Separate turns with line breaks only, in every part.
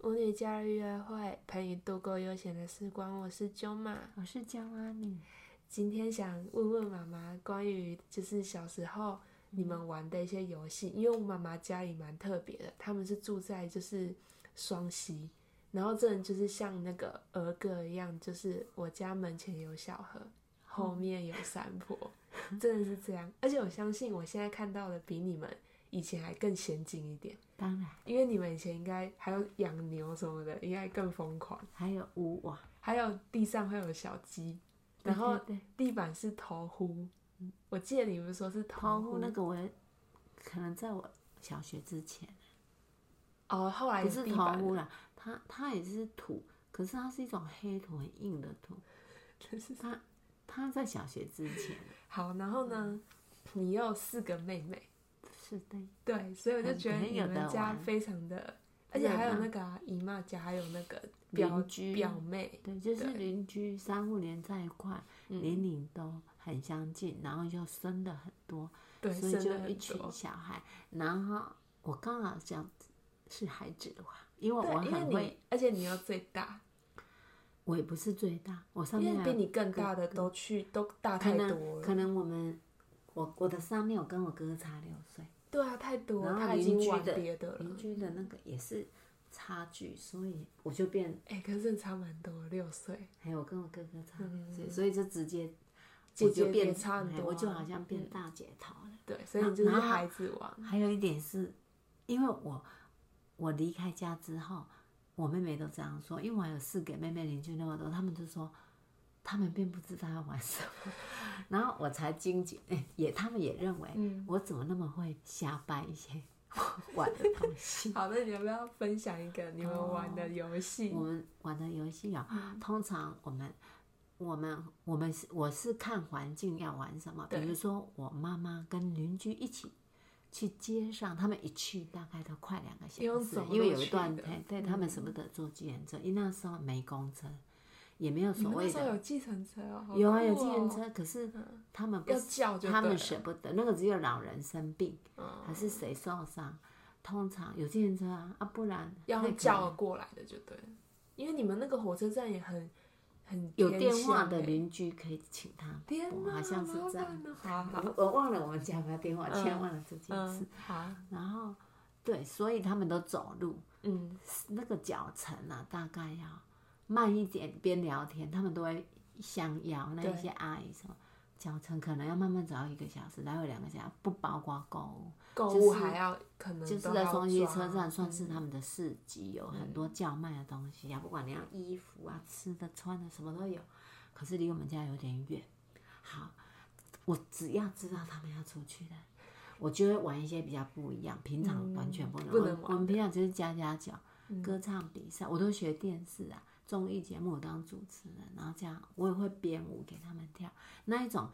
舞女假日约会，陪你度过悠闲的时光。我是啾妈，
我是江阿女。
今天想问问妈妈关于就是小时候你们玩的一些游戏，因为我妈妈家里蛮特别的，他们是住在就是双溪，然后真的就是像那个儿歌一样，就是我家门前有小河，后面有山坡，真的是这样。而且我相信我现在看到的比你们以前还更先进一点，
当然
因为你们以前应该还有养牛什么的，应该更疯狂，
还有舞网，
还有地上会有小鸡，然后
对对对
地板是头呼，我记得你们说是头
头
呼
呼那个我也可能在我小学之前
哦，后来
不
有
是
地
头
板
呼
了，
啦，它它也是土，可是它是一种黑土，很硬的土。
真是
它它在小学之前
好。然后
嗯
呢，你又有四个妹妹，
是的，
对，所以我就
很
觉得
很
你
有
们
得
家
玩
非常的，而且
热
还有
闹
那个啊、姨妈家，还有那个表
邻居
表妹，嗯
对，就是
对
邻居三户连在一块，年龄都很相近，然后又生的很多，
对，
所以
生
就
了
一
很
群
多。
小孩。然后我刚好这样子是孩子的话，因为我
对，因为
很
你
会，，
而且你又最大，
我也不是最大，我上
因
面
为比
还有
你更大的都去都大
可
太多
能
了。
可能我们我我的上面我跟我哥差六岁，
对啊，太多了，
然
他
后
已
邻
经
居
玩
的
别的了。
邻居的那个也是差距，所以我就变
哎、可是真的差蛮多的，六岁。
还有跟我哥哥差两
嗯
岁，所以就直接
姐
我
姐
就
也
变
差很
哎
多
我就
啊
好像变大姐头了。
对，所以你
那
就是
啊然后
孩子 王。
还有一点是，因为我我离开家之后，我妹妹都这样说，因为我还有四个妹妹邻居那么多，他们就说他们并不知道要玩什么， 然后我才惊觉，哎、也他们也认为、
嗯
我怎么那么会瞎掰一些 玩的东西。
好，那你要不要分享一个你们玩的游戏？
哦我们玩的游戏啊、
嗯
通常我们。我们我们是我是看环境要玩什么，比
对
如说我妈妈跟邻居一起去街上，他们一去大概都快两个小
用
时
走，
因为
路
有一
去
段
的嗯
对对，他们舍不得坐计程车，因为那时候没公车，也没有
你们
所
那
谓
时候
的
有计程车哦，好
啊有啊
酷
有计程
哦
车，可是他们不
要叫就
他
对
们
了
舍不得，那个只有老人生病
哦
还是谁受伤，通常有计程车啊，啊不然
要
太可
叫
怜
过来的就对了，因为你们那个火车站也很很
有
偏
电话
乡
的
欸，
邻居可以请他
天
拨，
哪，
好像是
麻
这样。
烦哦好好，
我我忘了我们家有没有电话，
嗯
千万忘了这件事
嗯。，好，
然后对，所以他们都走路，
嗯，
那个脚程啊，大概要慢一点，边聊天，他们都会相邀那
对
一些阿姨什么。脚程可能要慢慢走要一个小时，来回两个小时，不包括购物，
购
就
物
是
还要可能
就是
都
在
还要
双溪
抓
车站算
嗯
是他们的市集，有很多叫卖的东西啊，不管你要衣服啊、吃的、穿的，什么都有。可是离我们家有点远，好，我只要知道他们要出去的，我就会玩一些比较不一样，平常完全不能。
嗯不能玩嗯
我我们平常就是家家酒、歌唱比赛，我都学电视啊，综艺节目我当主持人，然后这样我也会编舞给他们跳，那一种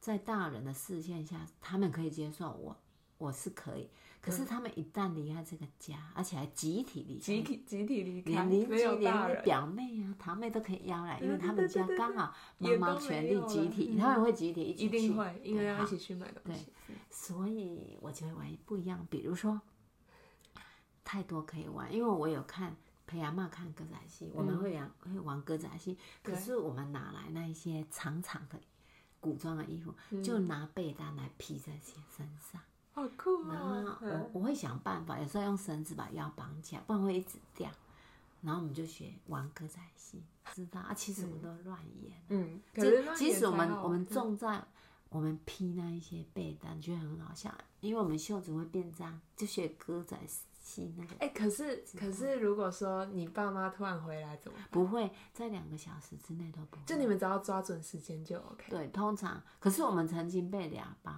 在大人的视线下，他们可以接受我。我是可以，可是他们一旦离开这个家，而且还集体离开，
嗯集体集体离开，
连邻
没
居、
有大
连你
人，
表妹啊、堂妹都可以邀来，因为他
对
们
对
家
对
刚好
也
妈妈
都没有
全力
了
集体，
嗯
他们会集体一起
一定
去
会，因为
对
要一
好
起去买东
对
西，
所以我就会玩不一样，比如说太多可以玩，因为我有看陪阿妈看歌仔戏，我们会玩、会玩歌仔戏，
嗯对
可是我们哪来那一些长长的古装的衣服，就
嗯
拿被单来披在些身上。
好酷
然
啊
后！我我会想办法，有时候用绳子把腰绑起来，不然会一直掉。然后我们就学玩歌仔戏，知道啊？其实我们都乱演。
嗯，可
其
是
实
那
其
也
实我
才
们
好
我们
嗯
重在、我们披那一些被单，觉得很好笑，因为我们袖子会变脏，就学歌仔戏那个。
哎、可是可是，如果说你爸妈突然回来怎么办？
不会在两个小时之内都不会。
就你们只要抓准时间就 OK。
对，通常可是我们曾经被俩包，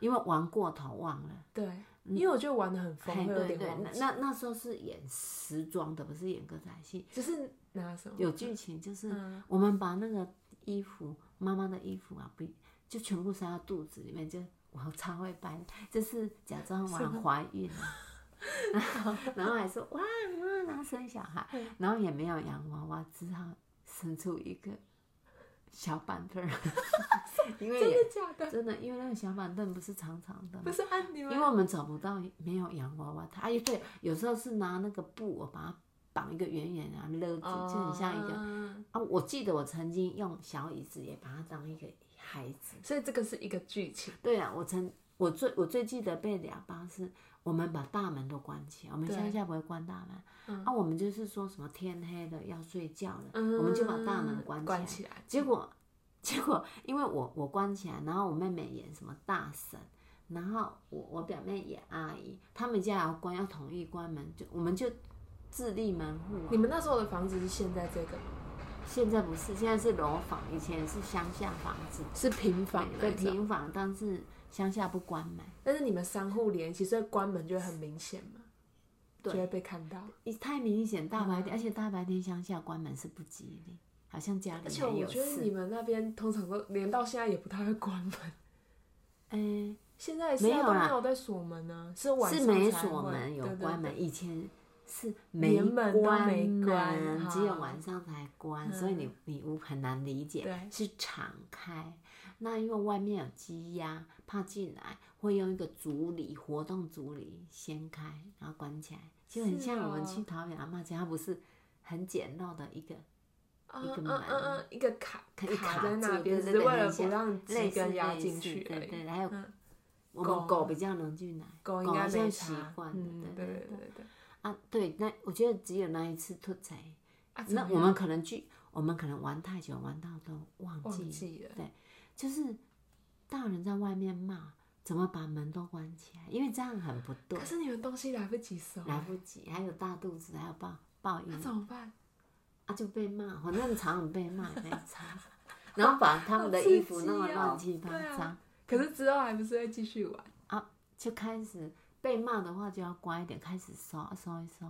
因为玩过头忘了。
对，因为我觉得玩的很疯，
嘿
会有
哎对
点
对，
忘
那
记。
那那时候是演时装的，不是演歌仔戏。
就是拿什么？
有剧情，就是
嗯
我们把那个衣服，妈妈的衣服啊，不就全部塞到肚子里面，就我超会掰，就是假装我怀孕了。 然后，然后还说哇妈，然后生小孩，
嗯
然后也没有洋娃娃，只好生出一个小板凳儿， 因为
真
也
的假的？
真的，因为那个小板凳不是长长的吗
不？是按你
因为
们
啊我们找不到没有洋娃娃，它哎对，有时候是拿那个布，我把它绑一个圆圆啊勒住，就很像一个
个。
啊。我记得我曾经用小椅子也把它当一个孩子。
所以这个是一个剧情，
对啊，我曾我最我最记得被俩巴是，我们把大门都关起来，我们
对
乡下不会关大门，啊，我们就是说什么天黑了要睡觉了，
嗯
我们就把大门关起来。
关起来，
结果结果因为我我关起来，然后我妹妹演什么大婶，然后我我表妹演阿姨，他们家要关要统一关门，就我们就自立门户啊、
你们那时候的房子是现在这个吗？
现在不是，现在是楼房，以前是乡下房子，
是平房
对
那种，
平房，但是乡下不关门。
但是你们三户联系，所以关门就会很明显嘛，就
对
会被看到。
一太明显，大
嗯
白天，而且大白天乡下关门是不吉利，好像家里
而且
还
我
有
觉得你
事。
们那边通常都连到现在也不太会关门，
嗯，
现在啊
没有
都
啦
没有在锁门呢、是晚上
是没
才
锁
会
门，有
对对
关
对
门。以前是
连门都
关
没关
门
哈
只有晚上才关，所以
嗯
你你无很难理解
对，
是敞开。那因为外面有鸡鸭，怕进来，会用一个竹篱活动竹篱掀开，然后关起来，就很
是
像我们
哦
去桃园阿嬷家，它不是很简陋的一个
嗯
一个
嗯嗯
门
嗯，一个卡
可以卡
在那
住
边，
对对
只
对
是为
很
了不
像
让鸡
类似
跟鸭
类
进
似
去而
对
已。
对，还有
嗯
我们
狗
狗比较能进来，
狗应
好
该
像
没
习
差
惯
嗯
的，，
对
对
对对对。
啊，对，那我觉得只有那一次吐槽，
啊怎
那
么
我
样
们可能去，我们可能玩太久，玩到都忘记
忘
了，
记了，
就是大人在外面骂，怎么把门都关起来？因为这样很不对
可，是你们东西来不及收，
来不及，还有大肚子，还有抱抱
那
孕
怎么办？
啊，就被骂，反正常常被骂，也没 差。然后把他们的衣服
好刺激
弄得
哦
乱七八
对啊
糟，
可是之后还不是会继续玩？
就开始被骂的话就要乖一点，开始收啊收一收。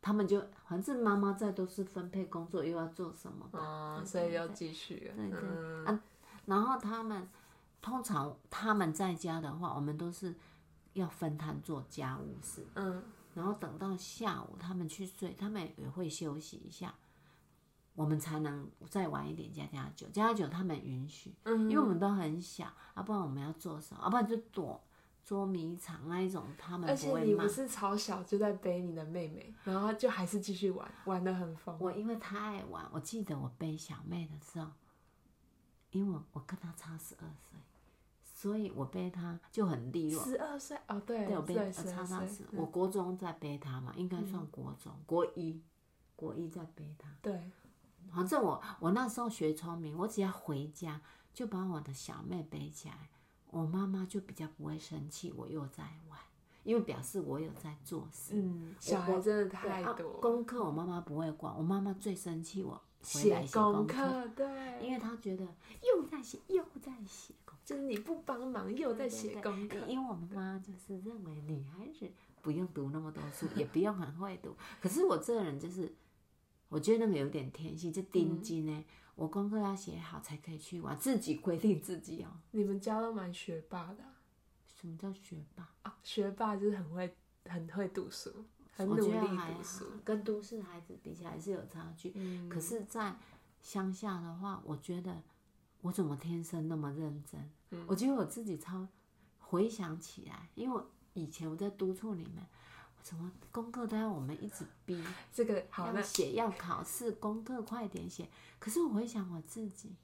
他们就反正妈妈在，都是分配工作，又要做什么吧。
哦
对
所以
嗯对
要
对
继续了。
对对
嗯
啊然后他们通常他们在家的话，我们都是要分摊做家务事，
嗯，
然后等到下午他们去睡，他们也会休息一下，我们才能再晚一点加加酒。加加酒他们允许，
嗯
因为我们都很小，啊，不然我们要做什么？啊，不然就躲捉迷藏那一种，他们
而
不
且
会
你
骂
不。是从小就在背你的妹妹，然后就还是继续玩，玩的很疯。
我因为太爱玩，我记得我背小妹的时候，因为我我跟她差十二岁，所以我背她就很利落。
十二岁哦，对，
对，我背
对嗯
呃
12
差到
岁
十，
嗯
我国中在背她嘛，应该算国中、国一，国一在背她。
对，
反正我我那时候学聪明，我只要回家就把我的小妹背起来，我妈妈就比较不会生气，我又在玩，因为表示我有在做事。
嗯，小孩真的太
对啊、
多，
功课我妈妈不会管，我妈妈最生气我回来
写
写功课，
课，对，
因为她觉得又在写又在写功
就是你不帮忙又在写功课
课，，因为我妈妈就是认为女孩子不用读那么多书，也不用很会读。可是我这个人就是，我觉得那个有点天性，就
嗯
盯紧呢。我功课要写好才可以去玩，自己规定自己哦。
你们家都蛮学霸的啊
什么叫学霸？
啊，学霸就是很会很会读书，很
我
努
觉得
力
还
读
好
书，，
跟都市孩子比起来是有差距。
嗯，
可是，在乡下的话，我觉得我怎么天生那么认真？
嗯
我觉得我自己超回想起来，因为我以前我在督促你们，我怎么功课都要我们一直逼，
这个好，
要
那
写要考试，功课快点写。可是我回想我自己，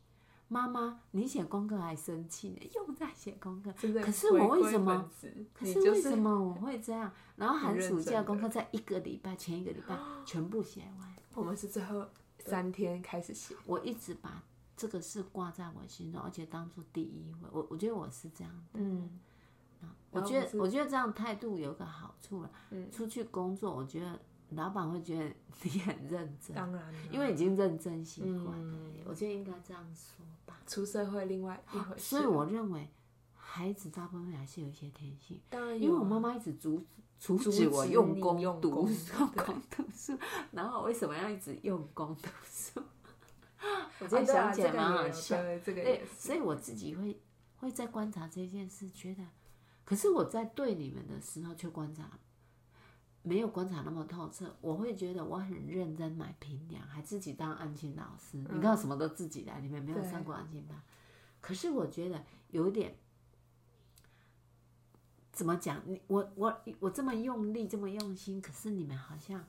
妈妈，你写功课还生气呢，又在写功课。
真的
可是我
回
为什
归
么
本质？
可
你
是
就
为什么我会这样？然后
很
寒
认
暑假
真
功
的哦
课在一个礼拜前一个礼拜全部写完。
我们是最后三天开始写？
我一直把这个事挂在我心中，而且当做第一位。我我觉得我是这样的，
嗯，
我
然后
觉
我是
得我觉得这样态度有个好处了。
嗯
出去工作，我觉得老板会觉得你很认真，
当然了，
因为已经认真习惯了。
嗯
我觉得应该这样说吧。
出社会啊另外一回事。
所以我认为孩子大部分还是有一些天性，
当然有啊，
因为我妈妈一直阻止阻
阻
止我
止
用
你
功
用
读
功
书，
对
用功读书，然后我为什么要一直用功读书？ 我
啊
今天
对啊
想起来
这个
蛮
也
好
有
笑。
对这个
对
也，是
所以我自己会会在观察这件事，觉得，可是我在对你们的时候却观察没有观察那么透彻，我会觉得我很认真买平凉，还自己当安亲老师，你看我什么都自己来，你们没有
对
上过安亲班，可是我觉得有点。怎么讲？你我我我这么用力，这么用心，可是你们好像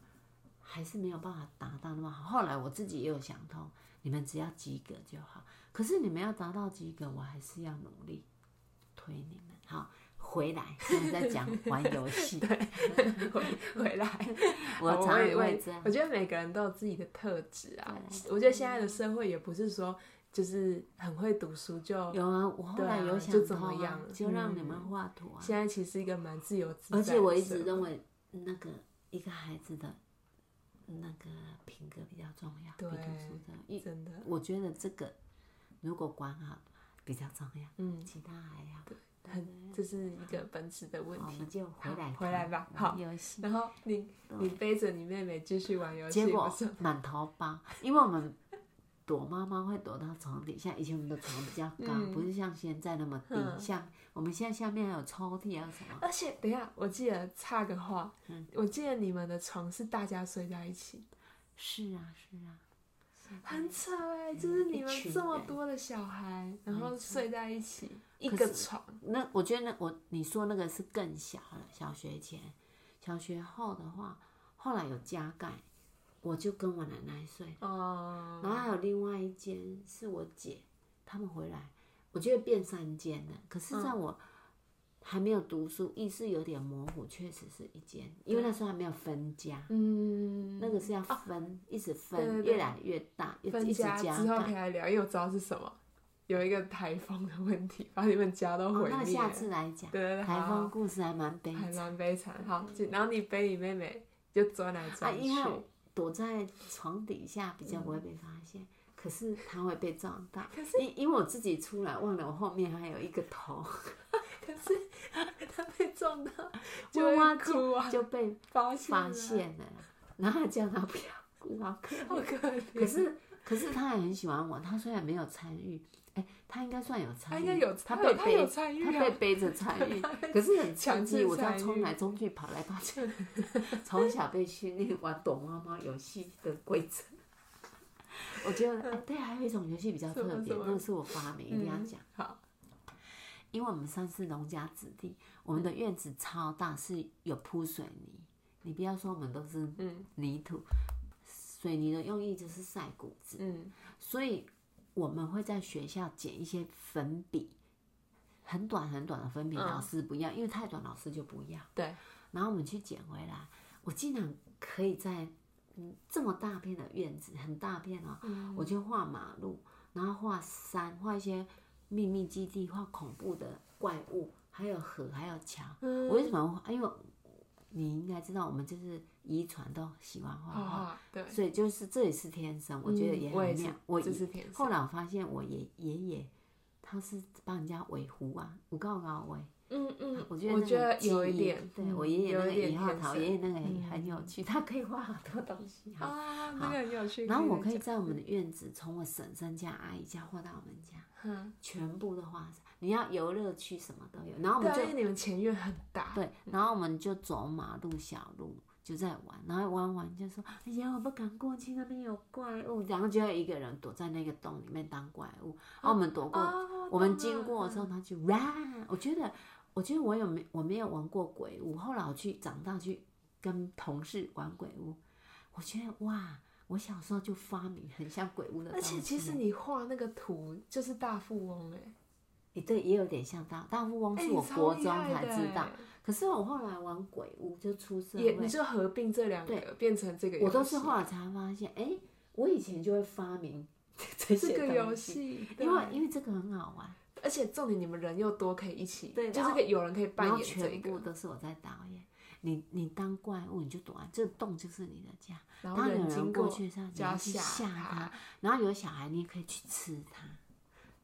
还是没有办法达到那么好。后来我自己也有想通，你们只要及格就好。可是你们要达到及格，我还是要努力推你们。好，回来现在在讲玩 游戏，
回回来，
我常常也
我
会这样
我。觉得每个人都有自己的特质啊
对。
我觉得现在的社会也不是说就是很会读书就，
有啊，我后
对啊
来有想
就怎
通
么样
啊，就让你
嗯
们画图啊。
现在其实一个蛮自由自在的
而
社
且
会。
我一直认为，那个一个孩子的那个品格比较重要，
对
比读书重要。一，
真的，
我觉得这个如果管好比较重要，
嗯，
其他还好。
很这是一个本质的问
好我
题
们。就回来
回来吧
看嗯
好
游戏。
然后你你背着你妹妹继续玩游戏，
结果
不是
满头包，因为我们躲猫猫会躲到床底下，以前我们的床比较高，
嗯
不是像现在那么低，
嗯
像我们现在下面还有抽屉还有什么，
而且等一下，我记得插个话，
嗯
我记得你们的床是大家睡在一起，
是啊是啊，
很扯哎、就是你
一
们
群
这么
人
多的小孩，然后
没错
睡在一起一
可
个
是
床，
那我觉得那我你说那个是更小了，小学前、小学后的话，后来有加盖，我就跟我奶奶睡，
哦、
然后还有另外一间是我姐他们回来，我觉得变三间了。可是
嗯
在我还没有读书，意识有点模糊，确实是一间，因为那时候还没有分家，
嗯，
那个是要分，一
对
直
对
分，
对
越来越大，一
分
一直
家
加
之后可以
盖。
来聊，因为我知道是什么，有一个台风的问题，把你们家都
哦
毁，
那
灭
下
了。
次来讲
对对对
台
好
风故事，还蛮悲
还
惨。
蛮悲惨。好，就然后你背你妹妹就钻来
啊，
钻去，
因为我躲在床底下比较不会被发现，可是他会被撞到。
嗯可是
因因为我自己出来忘了，我后面还有一个头，
可是 她被撞到就
就
会
哇
哭啊，
就被
发现
发
了，
现了，然后还叫他不要哭，好可
好
怜。
可怜。
可是可是他也很喜欢我，他虽然没有参与，哎、他应该算有
他
参
应该
与，
有，
他
有
被
他有
背。
参与
他被
啊，
背着参 与，可是很刺
强制
激，我这样
参
冲
与
来冲去、跑来跑去， 从小被训练玩躲猫猫游戏的规则。 我觉得，哎，对，还有一种游戏比较
什
特
么
别
什，么
那个是我发明，一定要
嗯
讲。
好，
因为我们算是农家子弟，我们的院子超大，是有铺水泥。你不要说我们都是
嗯
泥土，水泥的用意就是晒谷子，
嗯，
所以我们会在学校捡一些粉笔，很短很短的粉笔，
嗯
老师不要，因为太短老师就不要。
对，
然后我们去捡回来，我竟然可以在嗯这么大片的院子，很大片哦，
嗯
我就画马路，然后画山，画一些秘密基地，画恐怖的怪物，还有河，还有桥。
嗯
我为什么画？因为你应该知道，我们就是遗传都喜欢画
好
画，
好，对，
所以就是这也是天生，我觉得
嗯
也
我
很
也是
妙。我
这
以
是天
后
生，
来我发现我爷爷爷他是帮人家维护啊，我告诉我维。
嗯嗯，
啊我觉得
我
那
觉
个
得有
记
一
忆
点，
对
嗯
我爷爷
有
那
一
个
点
一号
天
桃，
生嗯
爷爷那个也很有趣，他可以画好多东西。好
啊，那个很有趣。
然后我可以
讲，
在我 们的院子，从我婶婶家、阿姨家画到我们家，
嗯，
全部都画上。你要游乐区什么都有，然后我
对
们
啊，
就
因为你们前院很大，
对，然后我们就走马路、小路就在玩，然后玩完就说：“哎呀，我不敢过去，那边有怪物。”然后就有一个人躲在那个洞里面当怪物。然后我们躲过，
哦，
我们
懂
经
了
过的时候，，他就哇！我觉得，我觉得我有没我没有玩过鬼屋，后来我去长大去跟同事玩鬼屋，我觉得哇，我小时候就发明很像鬼屋的
而
东西。
且其实你画那个图就是大富翁哎，
也对，也有点像大大富翁，
哎
是
你
我
超
国
厉
中
害
才
的
知道
哎。
可是我后来玩鬼屋就出社
也
会，
你就合并这两
对
个变成这个游戏，
我都是后来才发现，哎、我以前就会发明
这
这些
个游
东西，
戏，
因为
对
因为这个很好玩，
而且重点你们人又多，可以一起，
对
就
然
是
后
可以有人可以扮
然后
演这
全
一
部
个，
都是我在导演。你你当怪物，你就躲在这洞就是你的家。
然后
当有
人
人
经
过
过
去的时候，你
就要
要去
吓
吓他，，然后有小孩，你也可以去吃他。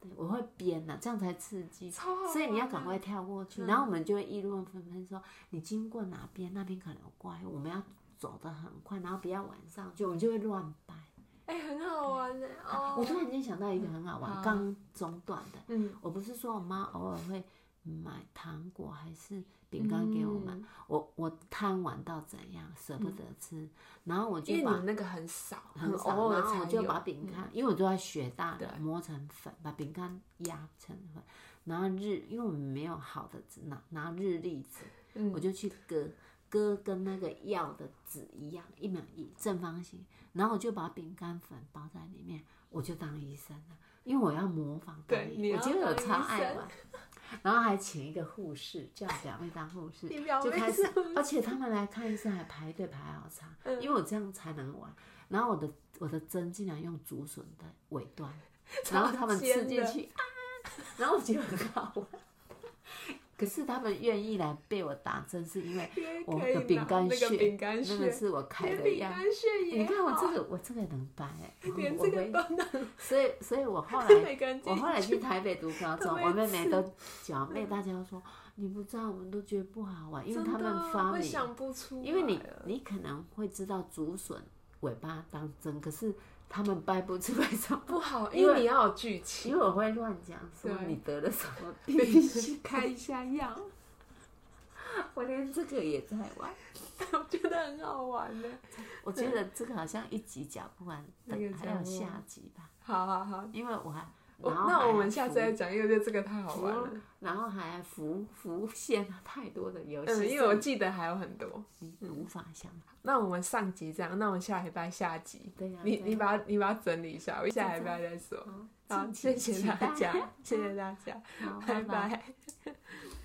对，我会编呐、这样才刺激。
超好
所以你要
玩
赶
啊
快跳过去，
嗯
然后我们就会议论纷纷说，你经过哪边，那边可能有怪物，我们要走得很快，然后不要晚上去，我们就会乱摆。
哎，很好玩的哦。
啊我突然间想到一个很好玩，
好
刚中断的。
嗯，
我不是说我妈偶尔会买糖果还是饼干给我们，
嗯
我我贪玩到怎样舍不得吃，然后我就
因为你
把
们那个很少，
很
偶
少，
尔
然后
才
我就
有嗯
把饼干，因为我都要学大
对
人磨成粉，把饼干压成粉，然后日，因为我们没有好的纸拿拿日历纸，
嗯
我就去割，割跟那个药的纸一样，一秒一正方形，然后我就把饼干粉包在里面，我就当医生了，因为我要模仿当
对
医
你
我
要
觉得我
当医
超爱
生
玩， 然后还请一个护士，叫我表妹当护士，
你表
就
妹
开
是
始
护士，
而且他们来看医生还排队排好长，
嗯
因为我这样才能玩。然后我的我的针竟然用竹笋的尾端，然后他们吃进去啊，然后我觉得很好玩。可是他们愿意来被我打针，是因为我
可以
的饼
拿
干
那
屑，
个饼干屑
那个是我开
连
的
饼
药。
干屑也
你看我
好
这个，我这个能掰哎、我
连
我
这个
会
都能，
所以，所以我 后
每
来
个人，进
我后来去台北读高中，
都会
我妹妹
吃
都讲，妹大家都说你不知道，我们都觉得不好玩，因为他
真的
们发
会
明，
想不出来了，
因为你你可能会知道竹笋尾巴当针，可是他们掰不出来什 么。
不好，
因
因
为
为你要有剧情，
因为我会乱讲说
对
你得了什么 病，
必须开一下药，
我连这个也在玩。
我觉得很好玩呢。
我觉得这个好像一集讲不完，
那个
等还有
讲不完
下集吧，
好好好，
因为我还
我
然后
那我
还
们下次再
浮
讲，因为我觉得这个太好
浮
玩了。
然后还浮浮现了太多的游戏，
嗯，因为我记得还有很多。
你无法想象。
那我们上集这样，那我们下礼拜下集，
对呀、
你
对啊
你
呀
把它你把它整理一下，我下礼拜再说。
好
好，
敬
谢
请
谢
期
大
待啊
家，谢谢大家，
好，
拜
拜
拜。